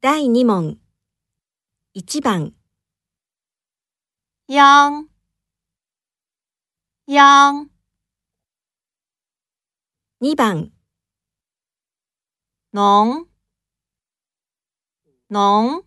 第2問。1番、央央2番、农农